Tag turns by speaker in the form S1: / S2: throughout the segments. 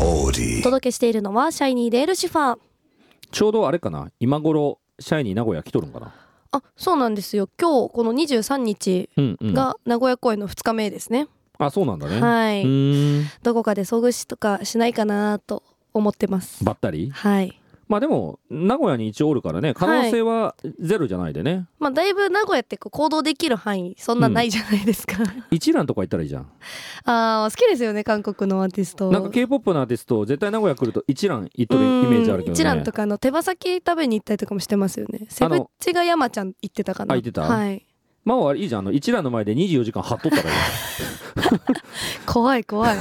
S1: Audi.
S2: お届けしているのはシャイニーでルシファー
S3: ちょうどあれかな今頃シャイニー名古屋来とるんかな
S2: あそうなんですよ今日この23日
S3: うんうん
S2: が名古屋公演の2日目ですね、
S3: あそうなんだね
S2: は
S3: う
S2: い、
S3: ーん
S2: どこかで遭遇しとかしないかなと思ってます
S3: ばったり
S2: はい
S3: まあでも名古屋に一応おるからね可能性はゼロじゃないでね、
S2: まあだいぶ名古屋ってこう行動できる範囲そんなないじゃないです か、
S3: 一蘭とか行ったらいいじゃん
S2: あー好きですよね韓国のアーティスト
S3: なんか k p o p のアーティスト絶対名古屋来ると一蘭行っとるイメージあるけどね
S2: うん一蘭とかあの手羽先食べに行ったりとかもしてますよねセ
S3: あ
S2: ブ
S3: の
S2: チが山ちゃん行ってたかな
S3: あ行ってた
S2: はい
S3: まああれいいじゃんあの一蘭の前で24時間張っとったからい い
S2: 怖い 怖い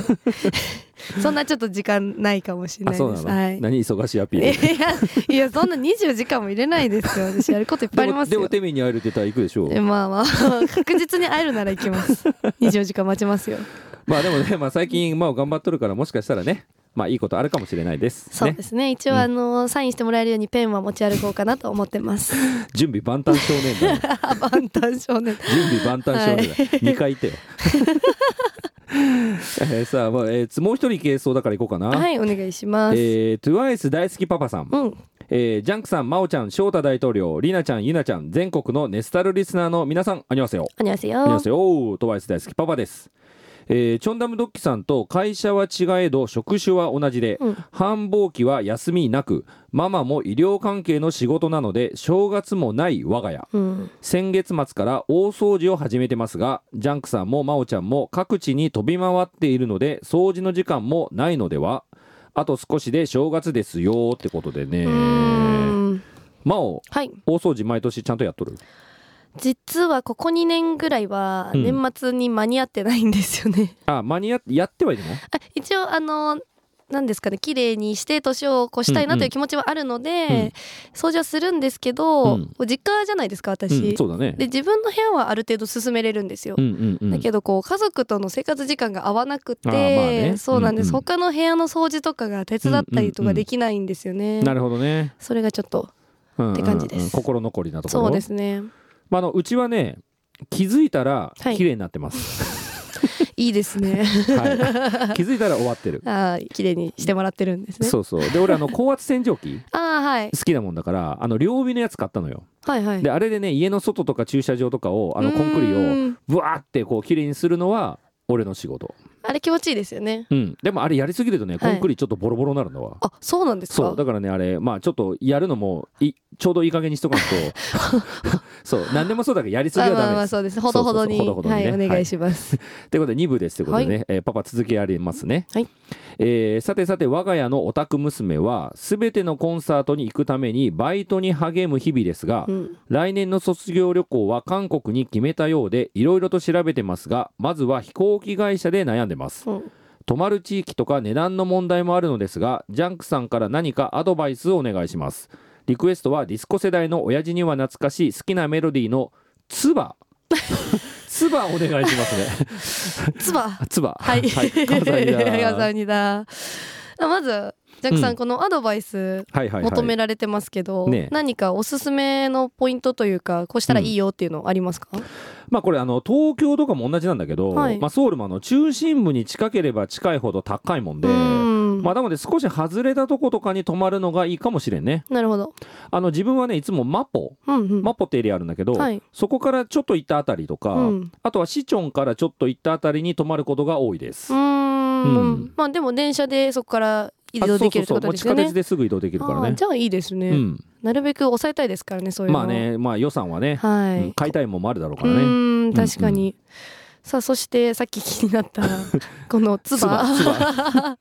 S2: そんなちょっと時間ないかもしれ
S3: あ
S2: ない
S3: そう
S2: で
S3: な
S2: す
S3: の、
S2: はい
S3: 何忙しいアピ
S2: い
S3: ール
S2: やいやそんな24時間も入れないで すよ私やることいっぱいあり
S3: で
S2: ま
S3: も
S2: す
S3: でも
S2: よ
S3: テミーに会えるって言ったら行くでしょう
S2: えまあまあ確実に会えるなら行きます24時間待ちますよ
S3: まあでもね、まあ、最近まあ頑張っとるからもしかしたらねまあいいことあるかもしれないです
S2: そう
S3: ね
S2: ですね一応
S3: うん
S2: あのサインしてもらえるようにペンは持ち歩こうかなと思ってます
S3: 準備万端少年団
S2: 万端少年
S3: 準備万端少年
S2: は
S3: 団、2回い てよえーさあ、まあえーつもう一人系そうだから行こうかな、
S2: はいお願いします、
S3: えー、TWICE 大好きパパさん、
S2: うん
S3: えージャンクさん、まおちゃん、翔太大統領、りなちゃん、ゆなちゃん、全国のネスタルリスナーの皆さん、ありますよ。
S2: こんにち
S3: ありま
S2: は
S3: すよ。トワイス大好きパパです。えーチョンダムドッキさんと会社は違えど職種は同じで、
S2: うん
S3: 繁忙期は休みなくママも医療関係の仕事なので正月もない我が家
S2: うん
S3: 先月末から大掃除を始めてますがジャンクさんも真央ちゃんも各地に飛び回っているので掃除の時間もないのではあと少しで正月ですよってことでね
S2: うーん
S3: 真央
S2: はい
S3: 大掃除毎年ちゃんとやっとる
S2: 実はここ2年ぐらいは
S3: うん
S2: 年末に間に合ってないんですよね、
S3: あ間に合ってやってはいるの
S2: あ一応あのなんですかね綺麗にして年を越したいなという気持ちはあるので、
S3: うんうん
S2: 掃除はするんですけど、
S3: うん
S2: 実家じゃないですか私、
S3: うん、そうだね
S2: で自分の部屋はある程度進めれるんですよ、
S3: うんうんうん
S2: だけどこう家族との生活時間が合わなくて、
S3: あーまあね
S2: そうなんです、
S3: うんうん
S2: 他の部屋の掃除とかが手伝ったりとかできないんですよね、
S3: なるほどね。
S2: それがちょっと
S3: うんうんうん
S2: って感じです
S3: 心残りなところ。
S2: そうですね
S3: まあ、あの、うちはね、気づいたら
S2: はい
S3: 綺麗になってます。
S2: いいで すね
S3: はい。気づいたら終わってる。
S2: あー綺麗にしてもらってるんですね
S3: そうそう。で、俺、あの、高圧洗浄機。
S2: あー、はい、
S3: 好きなもんだからあの両指のやつ買ったのよ
S2: はいはい
S3: であれでね家の外とか駐車場とかをあの
S2: うーん
S3: コンクリをブワーってこう綺麗にするのは俺の仕事
S2: あれ気持ちいいですよね
S3: うんでもあれやりすぎるとねコ
S2: はい
S3: ンクリちょっとボロボロになるのは、
S2: あそうなんですか
S3: そうだからねあれまあちょっとやるのもいちょうどいい加減にしとかんと そう何でもそうだけどやりすぎは
S2: まあまあ
S3: ダ
S2: ま
S3: メ
S2: あ
S3: です
S2: そうです。ほどほどに。
S3: そうそうそうほどほどにね
S2: はい、お願いします。
S3: ということで2部ですということでね、えーパパ続きありますね、
S2: はい
S3: えーさてさて我が家のオタク娘は全てのコンサートに行くためにバイトに励む日々ですが、
S2: うん。
S3: 来年の卒業旅行は韓国に決めたようでいろいろと調べてますがまずは飛行機会社で悩んでます
S2: うん
S3: 泊まる地域とか値段の問題もあるのですがジャンクさんから何かアドバイスをお願いしますリクエストはディスコ世代の親父には懐かしい好きなメロディーの「ツ バ」「ツバ」お願いしますね
S2: つば。
S3: つば。
S2: はい。
S3: 飾りだ。
S2: 飾りだあまず、ジャックさん、
S3: うん
S2: このアドバイス
S3: はいはいはい。
S2: 求められてますけど、
S3: ね
S2: 何かおすすめのポイントというか、こうしたらいいよっていうのありますか、
S3: まあこれあの東京とかも同じなんだけど、
S2: はい
S3: まあソウルもあの中心部に近ければ近いほど高いもんで。
S2: うん
S3: まあ、なので少し外れたとことかに泊まるのがいいかもしれんね。
S2: なるほど。
S3: あの自分はねいつもマポ
S2: うんうん。
S3: マポってエリアあるんだけど、
S2: はい
S3: そこからちょっと行ったあたりとか、
S2: うん
S3: あとはシチョンからちょっと行ったあたりに泊まることが多いです。
S2: うーん
S3: うん
S2: まあでも電車でそこから移
S3: あそう
S2: 動
S3: そう
S2: できるって
S3: そう
S2: こと
S3: もう
S2: です
S3: 地
S2: よ
S3: 下
S2: ね。
S3: 鉄ですぐ移動できるから
S2: あ
S3: ね
S2: ーじ。ゃあいいですね、
S3: うん、
S2: なるべく抑えたいですからね、そういうの。
S3: まあ。ねまあ予算はね、
S2: はい。
S3: うん買いたいもんもあるだろうから
S2: う
S3: ね。
S2: ーん確か
S3: うん
S2: に、さあそしてさっき気になったこのツバ
S3: ツバ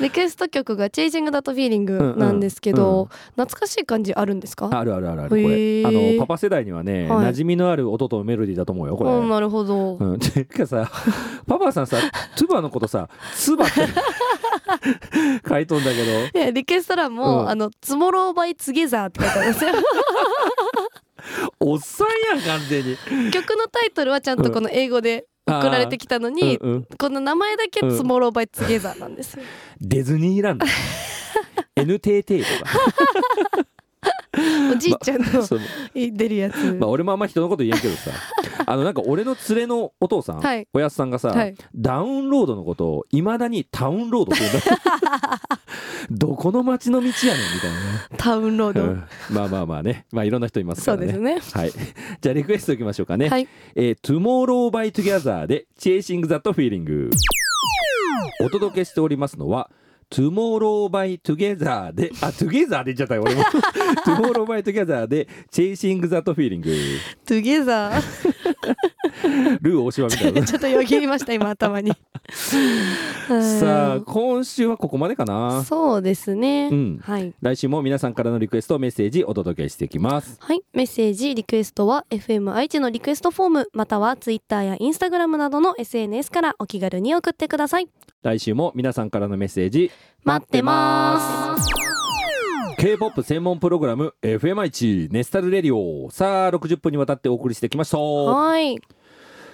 S2: リクエスト曲が「チェイジング・ダット・フィーリン
S3: うん
S2: グ
S3: う」ん
S2: なんですけど、
S3: うん
S2: 懐かしい感じあるんですか
S3: あるあるあるあるこれ、
S2: へー
S3: あのパパ世代にはね、
S2: は
S3: 馴
S2: い
S3: 染みのある音とメロディーだと思うよこれ、
S2: うんなるほど、
S3: うん、ていうかさパパさんさツバのことさツバって書いとんだけど
S2: いやリクエスト欄も「
S3: うん
S2: あのツモロー・バイ・ツゲザー」って書いてあるんですよ
S3: おっさんやん完全に
S2: 曲のタイトルはちゃんとこの英語で送られてきたのに、
S3: うんうん
S2: この名前だけ「
S3: うん
S2: ツモロー・バイ・ツゲザー」なんですよ、
S3: ディズニーランド NTT とか
S2: おじいちゃんの
S3: そう
S2: 出るやつ、
S3: まあ俺もあんま人のこと言えんけどさああのなんか俺の連れのお父さん、
S2: はい
S3: おやすさんがさ、
S2: はい
S3: ダウンロードのことをいまだにタウンロードって言うん だどこの町の道やねんみたい
S2: タウンロー
S3: な
S2: ド、
S3: ね、うんまあまあまあねまあいろんな人います
S2: そ
S3: からね
S2: うですね
S3: はい、じゃあリクエストいきましょうかね、
S2: はい
S3: えー、Tomorrow by Together で Chasing That Feeling お届けしておりますのは Tomorrow by Together であ Together で言っちゃったよ俺も Tomorrow by Together で Chasing That Feeling
S2: トゥゲザー
S3: ルー大島みたいな
S2: ちょっとよぎりました今頭にうん
S3: さあ今週はここまでかな
S2: そうですね、
S3: うん
S2: はい
S3: 来週も皆さんからのリクエストメッセージお届けしていきます
S2: はい、メッセージリクエストは FM 愛知のリクエストフォームまたはツイッターやインスタグラムなどの SNS からお気軽に送ってください
S3: 来週も皆さんからのメッセージ
S2: 待ってます
S3: K-POP 専門プログラム FMI1 ネスタルレディオさあ60分にわたってお送りしてきました
S2: はい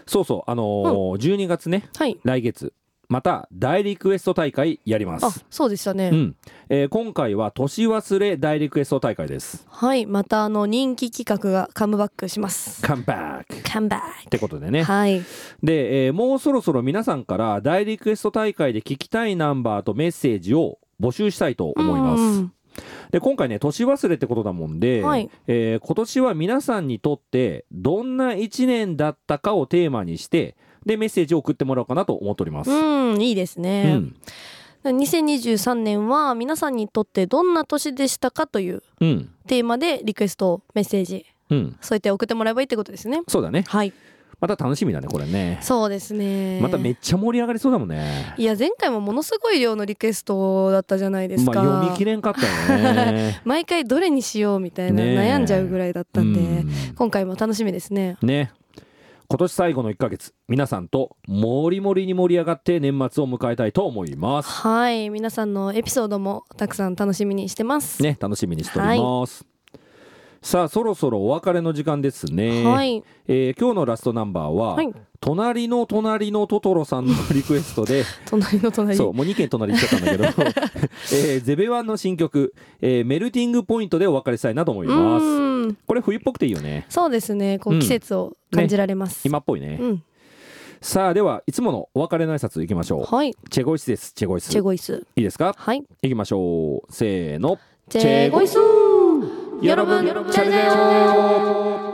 S3: そうそうあのー12月ね
S2: はい
S3: 来月また大リクエスト大会やりま
S2: あ
S3: す
S2: そうでしたね、
S3: うん、えー今回は年忘れ大リクエスト大会です
S2: はいまたあの人気企画がカムバックします
S3: カムバックっ
S2: カムバック
S3: てことでね
S2: はい
S3: で、えーもうそろそろ皆さんから大リクエスト大会で聞きたいナンバーとメッセージを募集したいと思います、
S2: うん
S3: で今回ね年忘れってことだもんで、
S2: はい
S3: えー今年は皆さんにとってどんな1年だったかをテーマにしてでメッセージを送ってもらおうかなと思っております。
S2: うんいいですね、
S3: うん
S2: 2023年は皆さんにとってどんな年でしたかという
S3: うん
S2: テーマでリクエストメッセージ
S3: うん
S2: そうやって送ってもらえばいいってことですね
S3: そうだね
S2: はい
S3: また楽しみだねこれね
S2: そうですね
S3: まためっちゃ盛り上がりそうだもんね
S2: いや前回もものすごい量のリクエストだったじゃないです
S3: まあ
S2: か、
S3: 読み切れんかったよね
S2: 毎回どれにしようみたいな
S3: ねえ
S2: 悩んじゃうぐら いだったんで、
S3: うん
S2: 今回も楽しみですね
S3: ね今年最後の1ヶ月皆さんともりもりに盛り上がって年末を迎えたいと思います
S2: はい皆さんのエピソードもたくさん楽しみにしてます、
S3: ね楽しみにしております、さあそろそろお別れの時間ですね、
S2: はい、
S3: えー今日のラストナンバーは、
S2: はい、
S3: 隣の隣のトトロさんのリクエストで
S2: 隣の隣
S3: そうもう2軒隣行っちゃったん だけど、えーゼベワンの新曲、えーメルティングポイント」でお別れしたいなと思いうます
S2: ーん
S3: これ冬っぽくていいよね
S2: そうですねこ
S3: うん
S2: う季節を感じられます、
S3: 今っぽいね、
S2: うん
S3: さあではいつものお別れの挨拶いきましょう
S2: はい
S3: チェゴイスですチェゴイス
S2: チェ
S3: い
S2: ゴイス
S3: いですか
S2: はい
S3: いきましょうせーの
S2: チェゴイス
S3: 여러분잘자요